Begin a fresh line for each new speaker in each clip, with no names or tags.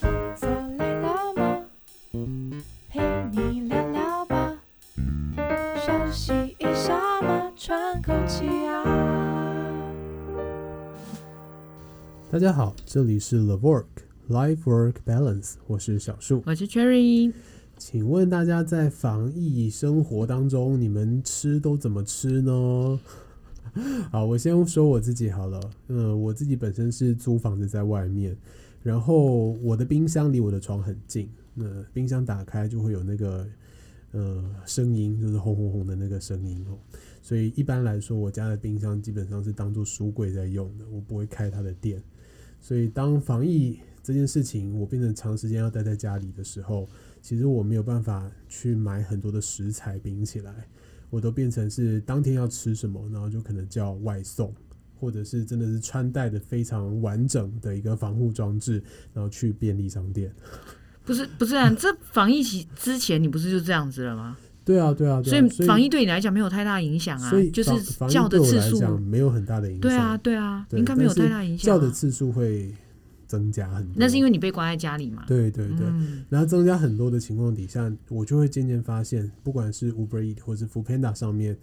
坐累了吗？陪你聊聊吧，休息一下嘛，喘口气啊。
大家好，这里是 The Work Life Work Balance，我是小树。
我是 Cherry，
请问大家在防疫生活当中，你们吃都怎么吃呢？ 好，我先说我自己好了。嗯，我自己本身是租房子在外面，然后我的冰箱离我的床很近，那、冰箱打开就会有那个呃声音，就是轰轰轰的那个声音哦。所以一般来说，我家的冰箱基本上是当做书柜在用的，我不会开它的电。所以当防疫这件事情我变成长时间要待在家里的时候，其实我没有办法去买很多的食材冰起来，我都变成是当天要吃什么，然后就可能叫外送，或者是真的是穿戴的非常完整的一个防护装置，然后去便利商店。
不是不是啊， 这防疫期之前你不是就这样子了吗？
对啊，对啊，对
所
啊
以防疫对你来讲没有太大影响啊
所以，
就是
防防疫
叫的
对我
次
来
数，
讲没有很大的影响，
对啊，对啊，
对
应该没有
但是
太大影响、啊。
叫的次数会增加很多。
那是因
为
为你被关在家里嘛。
对对对，
嗯，
然后增加很多的情况底下，我就会渐渐发现，不管是 Uber Eat 或是 Foodpanda 上面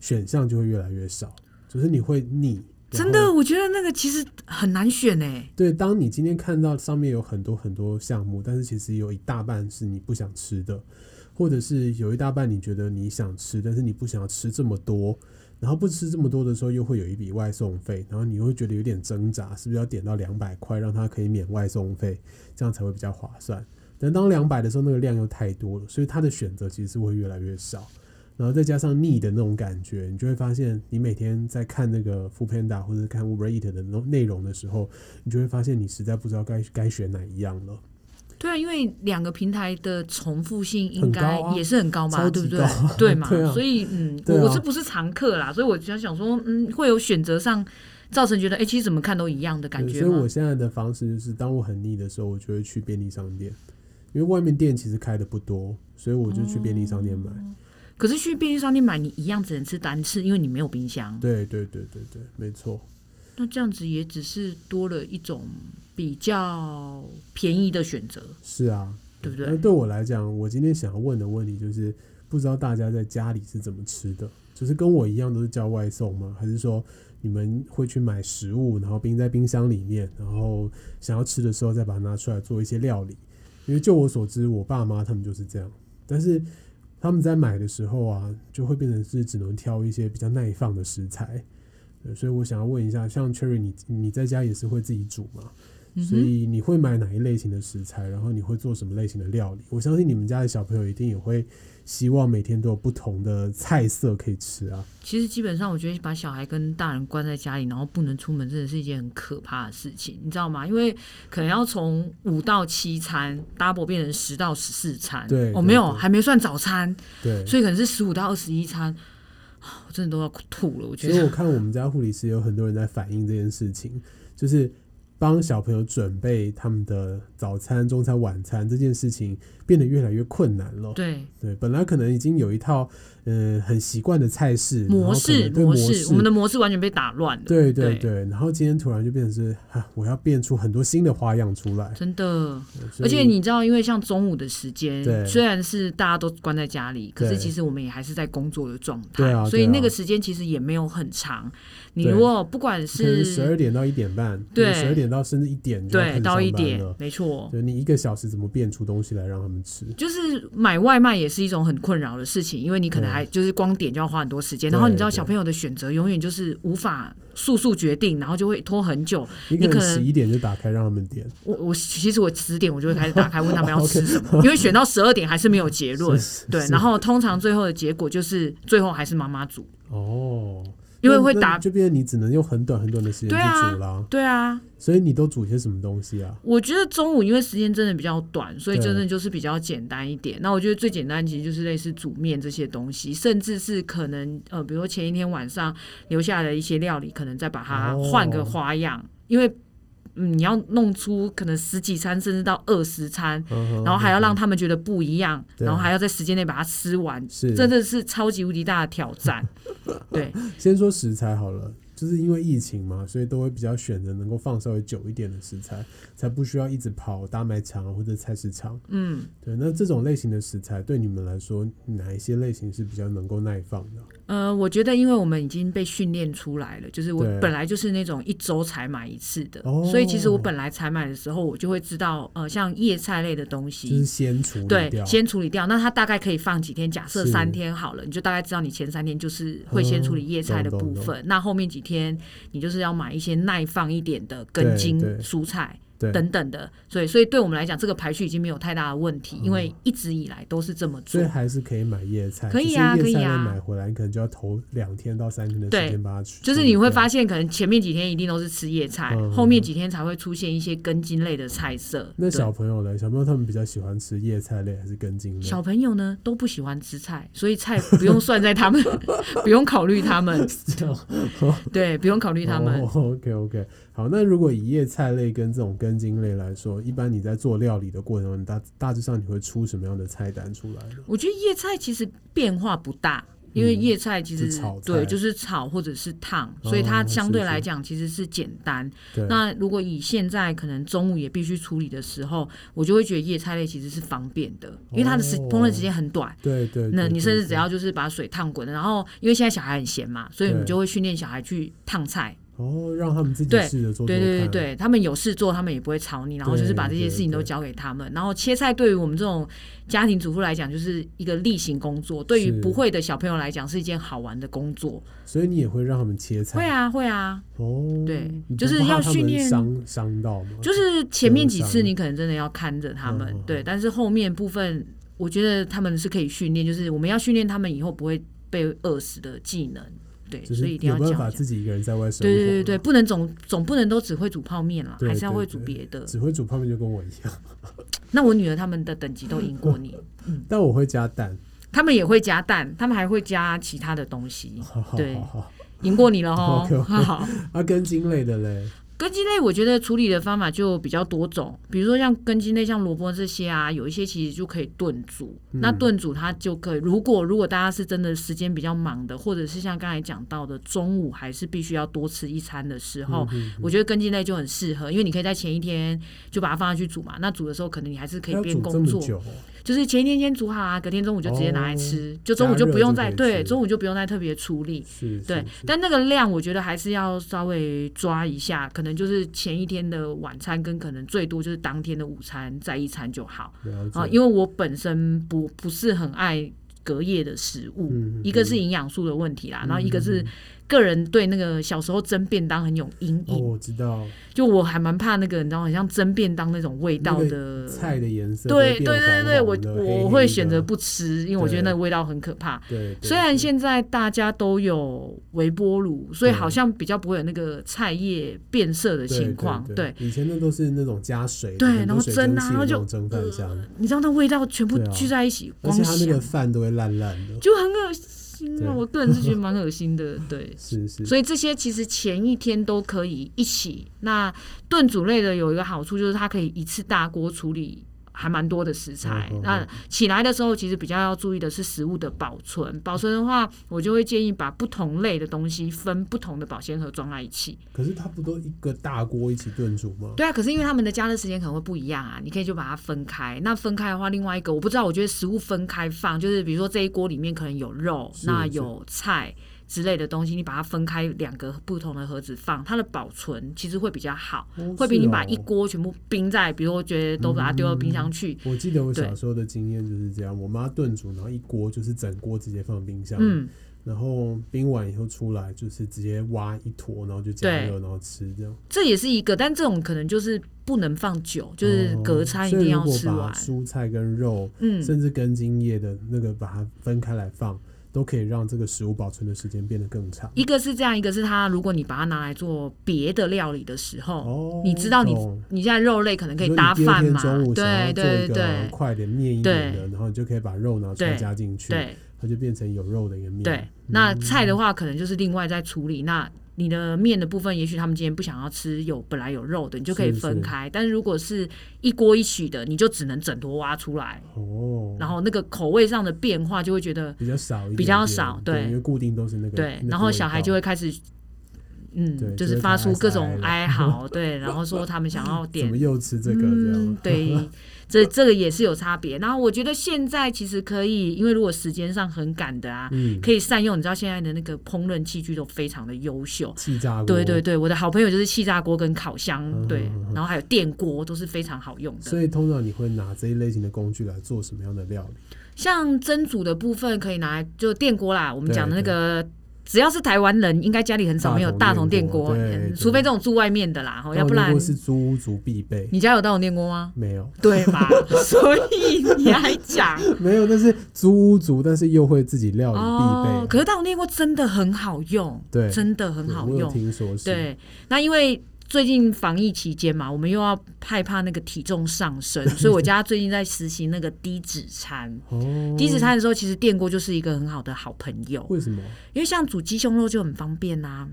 选项就会越来越少，就是你会腻。然
真
后
的，我觉得那个其实很难选哎。
对，当你今天看到上面有很多很多项目，但是其实有一大半是你不想吃的，或者是有一大半你觉得你想吃，但是你不想要吃这么多，然后不吃这么多的时候，又会有一笔外送费，然后你会觉得有点挣扎，是不是要点到两百块，让它可以免外送费，这样才会比较划算。但当两百的时候，那个量又太多了，所以它的选择其实是会越来越少。然后再加上腻的那种感觉，你就会发现，你每天在看那个 Foodpanda 或者看 Uber Eat 的那种内容的时候，你就会发现你实在不知道该该选哪一样了，
对啊，因为两个平台的重复性应
很
该
高啊
也是很高嘛，
超级
对不对？
高啊
对 嘛，
对啊
所以嗯，
对啊
我我是不是常客啦？所以我就想说，嗯，会有选择上造成觉得，哎、其实怎么看都一样的感
对
觉
所以
吗？
我现在的方式就是，当我很腻的时候，我就会去便利商店，因为外面店其实开的不多，所以我就去便利商店买。
嗯可是去便利商店买，你一样只能吃单次，因为你没有冰箱。
对对对对对，没错。
那这样子也只是多了一种比较便宜的选择，
是啊，
对不
那
对？
对我来讲，我今天想要问的问题就是，不知道大家在家里是怎么吃的？就是跟我一样都是叫外送吗？还是说你们会去买食物，然后冰在冰箱里面，然后想要吃的时候再把它拿出来做一些料理？因为就我所知，我爸妈他们就是这样，但是他们在买的时候啊，就会变成是只能挑一些比较耐放的食材。对所以我想要问一下，像 Cherry，你你在家也是会自己煮吗？
嗯
所
哼，
以你会买哪一类型的食材？然后你会做什么类型的料理？我相信你们家的小朋友一定也会希望每天都有不同的菜色可以吃啊。
其实基本上我觉得把小孩跟大人关在家里，然后不能出门，真的是一件很可怕的事情，你知道吗？因为可能要从五到七餐 double 变成十到十四餐，
对
哦，
对
没有，
对
还没算早餐，
对，
所以可能是十五到二十一餐，啊我真的都要吐了，我觉
所以我
得。
看我们家护理师有很多人在反映这件事情，就是帮小朋友准备他们的早餐、中餐、晚餐这件事情变得越来越困难了。
对
对，本来可能已经有一套嗯、呃很习惯的菜式然后
模
可能
式
对模
式，我们的模式完全被打乱了。
对对
对
对，然后今天突然就变成是啊，我要变出很多新的花样出来。
真的，
所
而且
以
你知道，因为像中午的时
对
间，虽然是大家都关在家里，可
对
是其实我们也还是在工作的状态，
对啊
所以
对啊
那个时间其实也没有很长。你
对
如果不管
可能
是
十二点到一点半，
对
十二点到甚至一点就要开
对
始
到一
上班
点
了，。
没错，
就你一个小时怎么变出东西来让他们吃？
就是买外卖也是一种很困扰的事情，因为你可能还就是光点就要花很多时间，
对
然后你知道
对
小朋友的选择永远就是无法速速决定，然后就会拖很久。
你
你
可能
可能
十一点就打开让他们点，
我我其实我十点我就会开始打开问他们要吃什 么，因为选到十二点还是没有结论。
哦是
对，然后通常最后的结果就是最后还是妈妈煮，
哦，
因为
那
会
那
打。
就变成你只能用很短很短的时间
对
去
啊
煮啦。
对啊，
所以你都煮些什么东西啊？
我觉得中午因为时间真的比较短，所以
对
真的就是比较简单一点。那我觉得最简单其实就是类似煮面这些东西，甚至是可能呃，比如说前一天晚上留下的一些料理，可能再把它
哦
换个花样，因为嗯，你要弄出可能十几餐甚至到二十餐，
然
然后还要让他们觉得不一样，
对
然后还要在时间内把它吃完，
是
真的是超级无敌大的挑战。对，
先说食材好了，就是因为疫情嘛，所以都会比较选择能够放稍微久一点的食材，才不需要一直跑大卖场啊或者菜市场。
嗯
对，那这种类型的食材对你们来说，哪一些类型是比较能够耐放的？
呃，我觉得因为我们已经被训练出来了，就是我
对
本来就是那种一周才买一次的，
哦
所以其实我本来采买的时候，我就会知道，呃，像叶菜类的东
就是
西。
先处理
对
掉，，
先处理掉，那它大概可以放几天？假设
是哦
三天好了，你就大概知道你前三天就是会先处理叶菜的
懂
部
懂
分，那后面几天你就是要买一些耐放一点的根
对
茎
对
蔬菜
对，
等等的。所以，所以对我们来讲，这个排序已经没有太大的问题，因为
嗯
一直以来都是这么做
所以。还是可以买叶菜，
可以啊
只是叶
可以
菜
啊
买回来，你可能就要投两天到三天的
对
时间把它吃。
就是你会发
现，
现，可能前面几天一定都是吃叶菜，
嗯
后面几天才会出现一些根茎类的菜色。
那
对
小朋友嘞，小朋友他们比较喜欢吃叶菜类还是根茎类？
小朋友呢都不喜欢吃菜，所以菜不用算在 他们，不用考虑他们，对，不用考虑他 们。
o OK OK，好，那如果以叶菜类跟这种根茎类来说，一般你在做料理的过程中，你大大致上你会出什么样的菜单出来呢？
我觉得叶菜其实变化不大，因为叶菜其实、
嗯是炒菜
对就是炒或者是烫，
哦
所以它相对
是是
来讲其实是简单。
对，
那如果以现在可能中午也必须处理的时候，我就会觉得叶菜类其实是方便的，因为它的时
哦
烹饪时间很短。
对对，
那
对
你
对
甚至只
对
要就是把水烫滚，然后因为现在小孩很闲嘛，所以我们
对
就会训练小孩去烫菜。
哦，让他们自己
对
试着做做
对对对
看。啊
对，他们有事做，他们也不会吵你，然后就是把这些事情都
对对
交给他们。然后切菜对于我们这种家庭主妇来讲，就是一个例行工作；对于
是
不会的小朋友来讲，是一件好玩的工作。
所以你也会让他们切菜。
会啊，会啊。
哦，
对
你
就是
不怕
要
他
训
们
练
伤伤到吗？
就是前面几
有
次
伤
你可能真的要看着他们
嗯嗯，
对，但是后面部分我觉得他们是可以训练，就是我们要训练他们以后不会被饿死的技能，对，
就
所
是
以一定要
有
讲
办
一
法
下。
自己一个人在外生活。
对对对对，，不能总总不能都只会煮泡面啦，
对
还是要
对
会煮
对
别的。
只会煮泡面就跟我一样，
那我女儿她们的等级都赢过 你，
但我会加蛋。
她们也会加蛋，她们还会加其他的东西，
好好
对
好好，
赢过你了哦。
OK，OK
好，
啊，根茎类的嘞，
根茎类我觉得处理的方法就比较多种，比如说像根茎类，像萝卜这些啊，有一些其实就可以炖煮。
嗯
那炖煮它就可以，如果如果大家是真的时间比较忙的，或者是像刚才讲到的，中午还是必须要多吃一餐的时候，
嗯
我觉得根茎类就很适合，因为你可以在前一天就把它放下去煮嘛。那煮的时候，可能你还是可以
要
边
煮这
工
么
作，
久哦，
就是前一天先煮好啊，隔天中午就直接拿来吃，就中午
加
就不
热
用
就
再
可以
对，
吃
中午就不用再特别处理。
是，是
对，
是
但那个量我觉得还是要稍微抓一下，可能就是前一天的晚餐跟可能最多就是当天的午餐再一餐就好
了
啊，
解。
因为我本身不不是很爱隔夜的食物，
嗯
一个是营养素的问题啦，然后一个
嗯
是个人对那个小时候蒸便当很有阴
哦，
影，
我知道
就我还蛮怕那个你知道，很像蒸便当那种味道
那
的
菜的颜色都会
呃对对
变
对对，
黄
我
黄的黑
我
黑
会
的
选择不吃，因为我觉得
对
那个味道很可怕。
对，对
虽然
对
现在大家都有微波炉，所以
对
好像比较不会有那个菜叶变色的
对
情
对
况。
对，以前那都是那种加水的，
对
很多
然后
水
蒸
蒸
啊
气
然后
的那
就
种蒸饭箱，
你知道那味道全部
对啊
聚在一起，
而
光
且它那
想
个饭都会烂烂的，
就很恶心
对
啊！我个人是觉得蛮恶心的，对。
是是，
所以这些其实前一天都可以一起。那炖煮类的有一个好处就是它可以一次大锅处理还蛮多的食材。
嗯嗯嗯
那起来的时候，其实比较要注意的是食物的保存。保存的话，我就会建议把不同类的东西分不同的保鲜盒装在一起。
可是它不都一个大锅一起炖煮吗？
对啊，可是因为他们的加热时间可能会不一样啊，你可以就把它分开。那分开的话，另外一个我不知道，我觉得食物分开放，就是比如说这一锅里面可能有肉，
是
那
是
有菜之类的东西，你把它分开两个不同的盒子放，它的保存其实会比较好，
哦嗯
会比你
是
把一
哦
锅全部冰在，比如说我觉得都把它丢到冰箱去。
我记得我
对
小时候的经验就是这样，我妈炖煮，然后一锅就是整锅直接放冰箱，
嗯，
然后冰完以后出来就是直接挖一坨，然后就加
对
热，然后吃这样。
这也是一个，但这种可能就是不能放久，就是
哦
隔餐一
所以
定
如
要
果
吃
把
完。
蔬菜跟肉，
嗯，
甚至根茎叶的那个把它分开来放，都可以让这个食物保存的时间变得更长。
一个是这样，一个是它，如果你把它拿来做别的料理的时候，
哦
你知道你
懂
你现在肉类可能可
比
以
如说
搭
你第二
饭
天
嘛
中午，想
对
要做
对
一
对
个快点面一点的，然后你就可以把肉拿出来
对
加进去，
对
它就变成有肉的一个面。
对。
嗯
那菜的话，可能就是另外再处理。那你的面的部分，也许他们今天不想要吃有本来有肉的，你就可以
是是
分开。但是如果是一锅一起的，你就只能整坨挖出来，
哦，
然后那个口味上的变化就会觉得
比较少一点点，
比较少对
因为固定都是那个
对，
那个
然后
味
小孩
道
就会开始
对
嗯，就
就是
发出各种
大
哀嚎，对，然后说他们想要
怎
点
么又吃这个这样？
嗯、对，这这个也是有差别。然后我觉得现在其实可以，因为如果时间上很赶的啊，
嗯，
可以善用。你知道现在的那个烹饪器具都非常的优秀。
气炸锅，
对对对，我的好朋友就是气炸锅跟烤箱，
嗯
对
嗯嗯，
然后还有电锅都是非常好用的。
所以通常你会拿这一类型的工具来做什么样的料理？
像蒸煮的部分可以拿来就电锅啦，我们
对
讲的那个。只要是台湾人，应该家里很少没有
大
大
同
同
电
电
锅
锅，
对
嗯
对
除非这种住外面的啦，哦吼要不
那如
然
果是租屋族必备，
你家有大同电锅吗？
没有
对嘛？ 所以你还讲，
没有，但是租屋族，但是又会自己料理哦必备。
哦可是大红电锅真的很好用，
对
真的很
对
好
我有
用。
听说是，
对，那因为最近防疫期间嘛，我们又要害怕那个体重上 升，所以我家最近在实行那个低脂餐。
哦，
低脂餐的时候，其实电锅就是一个很好的好朋友，
为什么？
因为像煮鸡胸肉就很方便呐、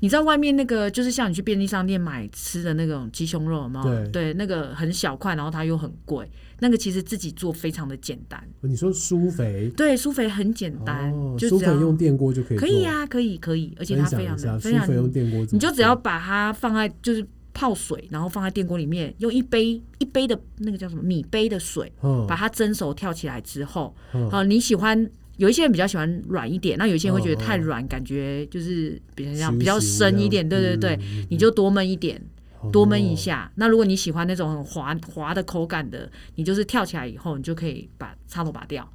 你知道外面那个，就是像你去便利商店买吃的那种鸡胸肉吗？
对
对，那个很小块，然后它又很贵，那个其实自己做非常的简单。
哦你说酥肥，
对，苏肥很简单，
哦，
就
酥
只
肥
要
用电锅就可以做，
可以啊，可以可以，而且它
分享
非常
一下，
的非
酥
常
肥，用电锅怎么做，
你就只要把它放在就是泡水，然后放在电锅里面，用一杯一杯的那个叫什么米杯的水，
嗯
把哦它蒸熟跳起来之后，
嗯
好、你喜欢。有一些人比较喜欢软一点，那有些人会觉得
哦哦
太软，感觉就是比较
熟
像比较
熟
深
这
一
样
点，对对对，
嗯
你就多焖一点，多焖一
哦
下。那如果你喜欢那种很滑滑的口感的，你就是跳起来以后，你就可以把插头拔掉。
嗯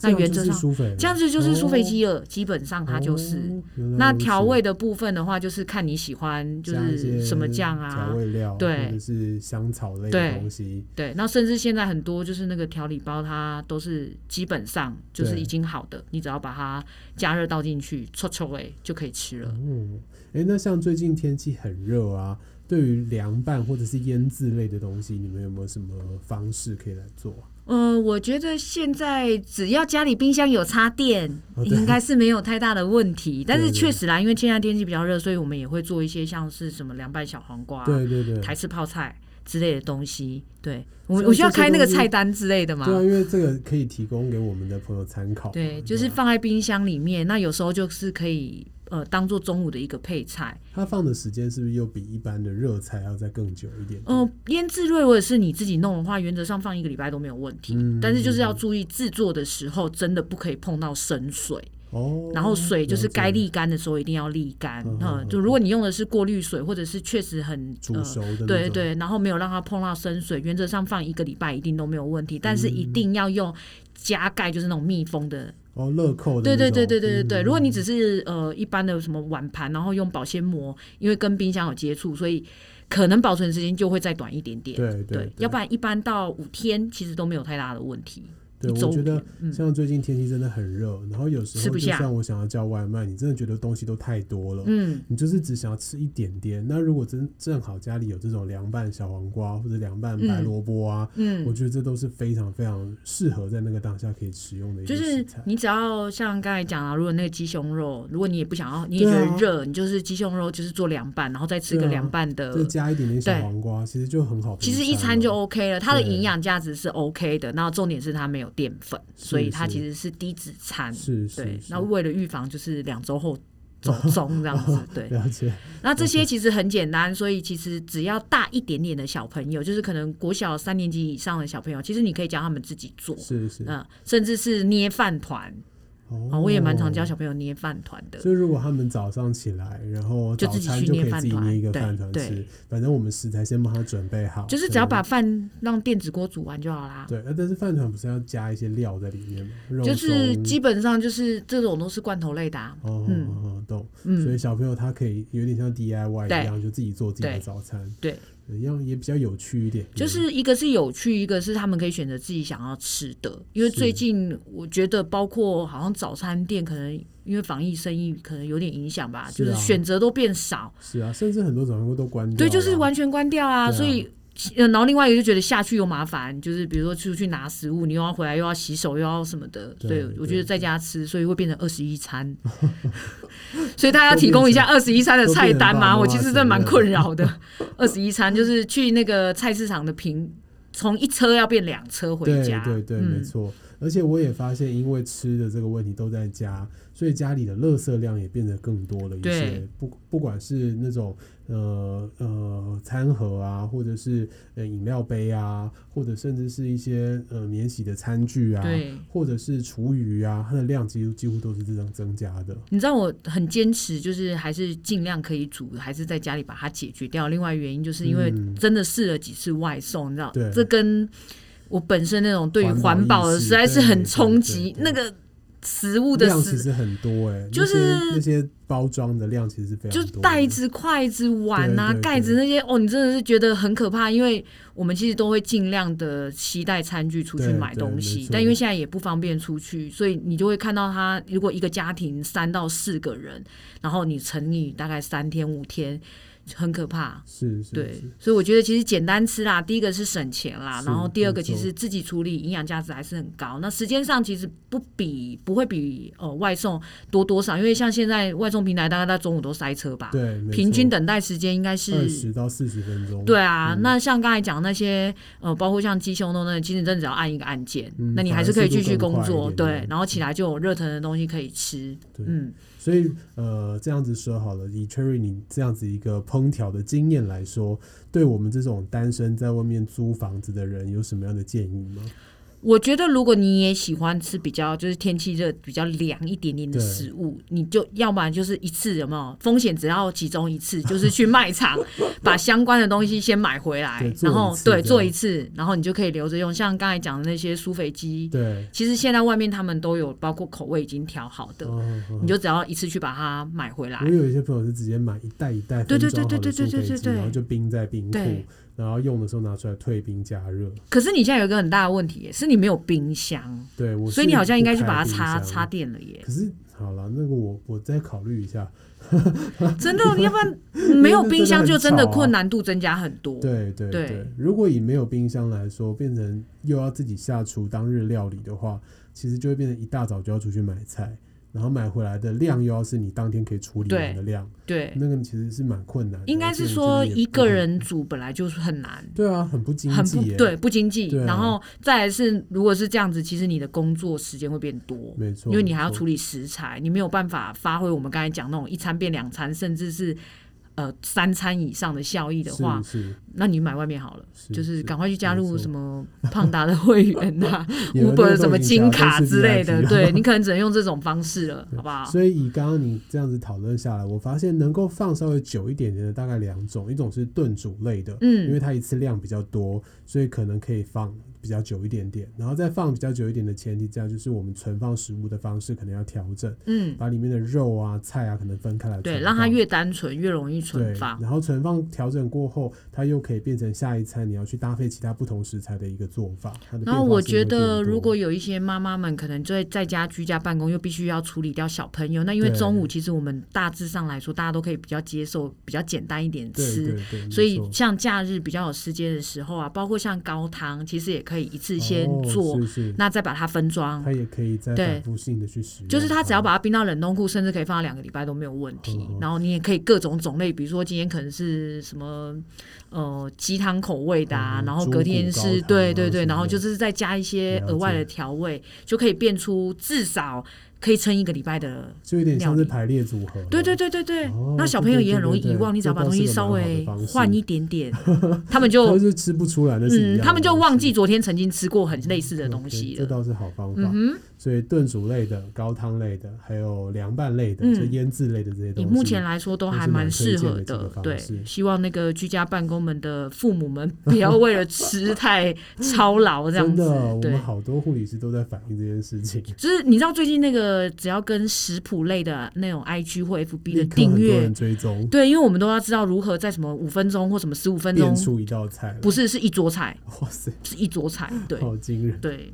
这
那
样
原
就
则
是
上
酥肥了，
这样子就是苏肥
哦
鸡了，基本上它就是。
哦原来
那
如此
调味的部分的话，就是看你喜欢就
加一些
是什么酱啊
调，味料，
对
或者是香草类的
对
东西，
对。那甚至现在很多就是那个调理包，它都是基本上就是
对
已经好的，你只要把它加热倒进去，搓搓哎就可以吃了。
嗯，哎，那像最近天气很热啊，对于凉拌或者是腌制类的东西，你们有没有什么方式可以来做啊？
嗯、我觉得现在只要家里冰箱有插电，
哦对
应该是没有太大的 问题。但是
对对
确实啦，因为现在天气比较热，所以我们也会做一些像是什么凉拌小黄瓜、
对对对，
啊台式泡菜之类的东西。对我
所以，
我需要
这些
开那个
东西
菜单之类的吗？
对啊，因为这个可以提供给我们的朋友参考嘛。嗯
对，就是
吧
放在冰箱里面。那有时候就是可以呃当做中午的一个配菜。
它放的时间是不是又比一般的热菜要再更久一点？
嗯、，腌制类如果是你自己弄的话，原则上放一个礼拜都没有问题。
嗯
但是就是要注意制作的时候，真的不可以碰到生水。
哦，
然后水就是
了解
该沥干的时候一定要沥干。
嗯
嗯、
嗯
就如果你用的是过滤水，或者是确实很
煮熟的那种，
呃对对，然后没有让它碰到生水，原则上放一个礼拜一定都没有问题，但是
嗯
一定要用加盖，就是那种密封的
哦，乐扣的
对
那
对
种，
对对对对对，
嗯
如果你只是呃一般的什么碗盘，然后用保鲜膜，因为跟冰箱有接触，所以可能保存时间就会再短一点点。
对对，
要不然一般到五天其实都没有太大的问题。
对
一
我
周
觉得
天嗯
像最近天气真的很热，然后有时
吃
候
不
就
下
像我想要叫外卖，你真的觉得东西都太多了。
嗯，
你就是只想要吃一点点，那如果真正好家里有这种凉拌小黄瓜或者凉拌白
嗯
萝卜啊，
嗯
我觉得这都是非常非常适合在那个当下可以食用的一
就
个
是
食材。
你只要像刚才讲啊，如果那个鸡胸肉，如果你也不想要，你也觉得
对啊
热，你就是鸡胸肉就是做凉拌，然后再吃
对
个
啊
凉拌的。
再加一点点小
对
黄瓜，其实就很好的
其
餐了。
实一餐就 OK 了，它的
对
营养价值是 OK 的，然后重点是它没有淀粉，
是
所以它
是
其实是低脂餐。
是是
对，
是
那为了预防，就是两周后走中这样 子。对，
了解，
那这些其实很简单，所以其实只要大一点点的小朋友，就是可能国小三年级以上的小朋友，其实你可以教他们自己做，
是是。
嗯，甚至是捏饭团啊，
哦
我也蛮常教小朋友捏饭团的。
所以如果他们早上起来，然后
就
早
自己
餐
去
就可
捏
以
饭
自己
团
捏一个
对
饭团
对
吃，反正我们食材先帮他准备好，
就是只要把饭让电子锅煮完就好啦。
对，呃但是饭团不是要加一些料在里面吗？肉
就是
松
基本上就是这种都是罐头类的、啊，
哦，
嗯
哦哦懂。所以
嗯，
小朋友他可以有点像 DIY
对
一样，就自己做自己的
对
早餐，
对，
一样也比较有趣一点。
就是一个是有趣，一个是他们可以选择自己想要吃的。因为
是
最近我觉得，包括好像早餐店可能因为防疫生意可能有点影响吧，
是啊
就是选择都变少，
是啊，甚至很多早餐店都关掉了啊，
对，就是完全关掉啊，
对啊
所以。呃然后另外一个就觉得下去又麻烦，就是比如说出去拿食物，你又要回来又要洗手又要什么的，
对
对我觉
对
得在家吃，所以会变成二十一 餐，所以大家提供一下二十一餐的
都变
菜
成
单
爸
嘛，
妈
我其实真的蛮
之类的
困扰的。二十一餐就是去那个菜市场的平，从一车要变两车回
对
家，
对对，没
嗯，
错。而且我也发现，因为吃的这个问题都在家，所以家里的垃圾量也变得更多了一些
对。
不不管是那种呃呃餐盒啊，或者是呃饮料杯啊，或者甚至是一些呃免洗的餐具啊，
对，
或者是厨余啊，它的量几乎几乎都是这样增加的。
你知道我很坚持，就是还是尽量可以煮，还是在家里把它解决掉。另外原因就是因为
嗯
真的试了几次外送，你知道
对，
这跟我本身那种对于
环保
环保
意
的
识
实在是
对
很
对
冲
对
击，
对
那个食物的
量其
食。
实很多哎、欸，
就是
那些那些包装的量其实是非常
就
多
是
的，
袋子、筷子、碗啊、
对对对
盖子那些，哦，你真的是觉得很可怕，因为我们其实都会尽量的期待餐具出去
对
买
对
东
没
西
错，
但因为现在也不方便出去，所以你就会看到他，如果一个家庭三到四个人，然后你乘以大概三天五天，很可怕。
是是
对
是，
所以我觉得其实简单吃啦，第一个是省钱啦，
是
然后第二个
没错
其实自己处理，营养价值还是很高。那时间上其实不比不会比呃外送多多少，因为像现在外送平台大概在中午都塞车吧，
对，没
平均
错
等待时间应该
二
是。
十到四十分钟，
对啊，
嗯
那像刚才讲那些，呃，包括像鸡胸肉那，其实你真的只要按一个按键，
嗯
那你还是可以继续工
反
作，
而速度更快一点
对，然后起来就有热腾的东西可以吃，
对
嗯，
所以呃，这样子说好了，以 Cherry 你这样子一个烹调的经验来说，对我们这种单身在外面租房子的人有什么样的建议吗？
我觉得如果你也喜欢吃比较就是天气热、比较凉一点点的
对
食物，你就要不然就是一次有没有风险只要集中一次，就是去 卖场把相关的东西先买回来
对，做
然
一
后
次这
对
样
做一次，然后你就可以留着用。像刚才讲的那些苏肥鸡，
对，
其实现在外面他们都有包括口味已经调好的，
嗯嗯
你就只要一次去把它买回来
我。有一些朋友是直接买一袋一袋
对
分
对
装好
对
的
对
速
对对
配
对
机，然后
对
就冰在冰库
对，
然后用的时候拿出来退冰加热。
可是你现在有一个很大的问题耶，是你没有冰箱，
对，我
所以你好像应该
去
去把它擦擦
掉。
电了耶。
可是好了，那个我我再考虑一下。
真的， 要不然没有冰箱就真的困难度增加很多。
啊对对
对
对，如果以没有冰箱来说，变成又要自己下厨当日料理的话，其实就会变成一大早就要出去买菜，然后买回来的量又要是你当天可以处理完的量，
对，
那个其实是蛮困难的。
应该是
而且
说
就是也
一
不
个
很
人煮本来就是很难。
对啊，很不经
很
济
不
耶。
对，不经济
对啊，
然后再来是，如果是这样子，其实你的工作时间会变多，
没错，
因为你还要
没错
处理食材，你没有办法发挥我们刚才讲那种一餐变两餐，甚至是呃三餐以上的效益的话，
是是
那你买外面好了，
是
就是
是
赶快去加
没错
入什么胖达的会员呐、啊、
有的
Uber
那
什
种
么
已
金
经
卡
都是
之类的，
VIP
对你可能只能用这种方式了，好不好？
所以以刚刚你这样子讨论下来，我发现能够放稍微久一点点的大概两种，一种是炖煮类的，
嗯
因为它一次量比较多，所以可能可以放比较久一点点。然后再放比较久一点的前提之下，就是我们存放食物的方式可能要调整，
嗯，
把里面的肉啊、菜啊可能分开来存放，
对，让它越单纯越容易存
对，
放。
然后存放调整过后，它又可以变成下一餐你要去搭配其他不同食材的一个做法。它的
然后
变化
我
性会
觉得，
变多
如果有一些妈妈们可能在在家居家办公，又必须要处理掉小朋友，那因为
对
中午其实我们大致上来说，大家都可以比较接受，比较简单一点
对
吃。
对对，没
所以
错
像假日比较有时间的时候啊，包括像高汤，其实也可以一次先
哦
做，
是是
那再把它分装
它。也可以再
对
反复性的去使用哦它。
就是它只要把它冰到冷冻库，甚至可以放到两个礼拜都没有问题。
嗯
然后你也可以各种种类，比如说今天可能是什么呃鸡汤口味的啊，
嗯
然后
猪
隔
骨
天
高
是
汤啊
对对
什么
对，然后
的
就是再加一些
了
额外
解
的调味，就可以变出至少可以撑一个礼拜的。
就有点像是
料理
排列组合了。
对对对对对，
哦
那小朋友
对对
也很容易
对对
遗忘，你只要
这
把
倒
东
是
西
个
稍
蛮好的
微
方式
换一点 点，他
它
们就是
吃不出来的是一
嗯，
样的
他们就
东西
忘记昨天曾经吃过很类似的
OK，
东西
这
了。
倒是好方法。
嗯哼。
所以炖煮类的、高汤类的，还有凉拌类的、
嗯
就腌制类的这些东
以
西，
目前来说都
都
还
是
蛮
蛮推
适
荐
合
的这个
的
方，
对
式，
希望那个居家办公们的父母们 不要为了吃太操劳这样
真
子
的，我，
对
们。好多护理师都在反映这件事情。
就是你知道最近那个只要跟食谱类的那种 IG 或 FB 的
立刻很
订
多
阅
人，追踪，
对，因为我们都要知道如何在什么五分钟或什么十五分钟
变，出一道菜来，
不是是一桌菜，
哇塞，哦
是一桌菜，对
好惊人！
对。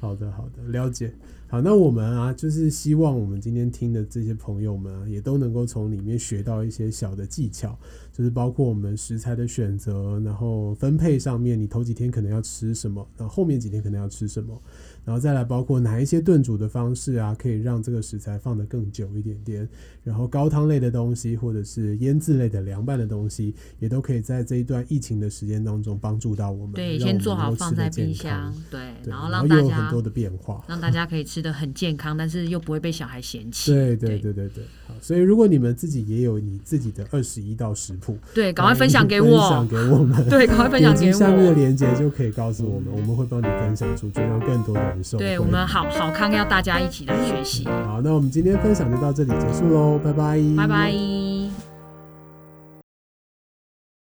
好的，好的，了解。好，那我们啊，就是希望我们今天听的这些朋友们啊，也都能够从里面学到一些小的技巧，就是包括我们食材的选择，然后分配上面，你头几天可能要吃什么，然后后面几天可能要吃什么，然后再来包括哪一些炖煮的方式啊，可以让这个食材放得更久一点点，然后高汤类的东西或者是腌制类的凉拌的东西，也都可以在这一段疫情的时间当中帮助到我们，让
对，
我
先
们
做好
能够
放
吃得
在冰
健康
箱，，对，
对，然
后让
后又
大
有
家
很多的变化，
让大家可以吃的很健康，但是又不会被小孩嫌弃。
对对对
对
对对，好，所以如果你们自己也有你自己的二十一道食谱，
对，赶快
欢
分
迎
享给
哎分享
我，
给我 们，
对，赶快分享
点击
给
下面的
我。嗯
链接就可以告诉我们，我们会帮你分享出去，让更多的人受惠
对我们好好康要大家一起来学习，
好，那我们今天分享就到这里结束喽，拜拜，
拜拜。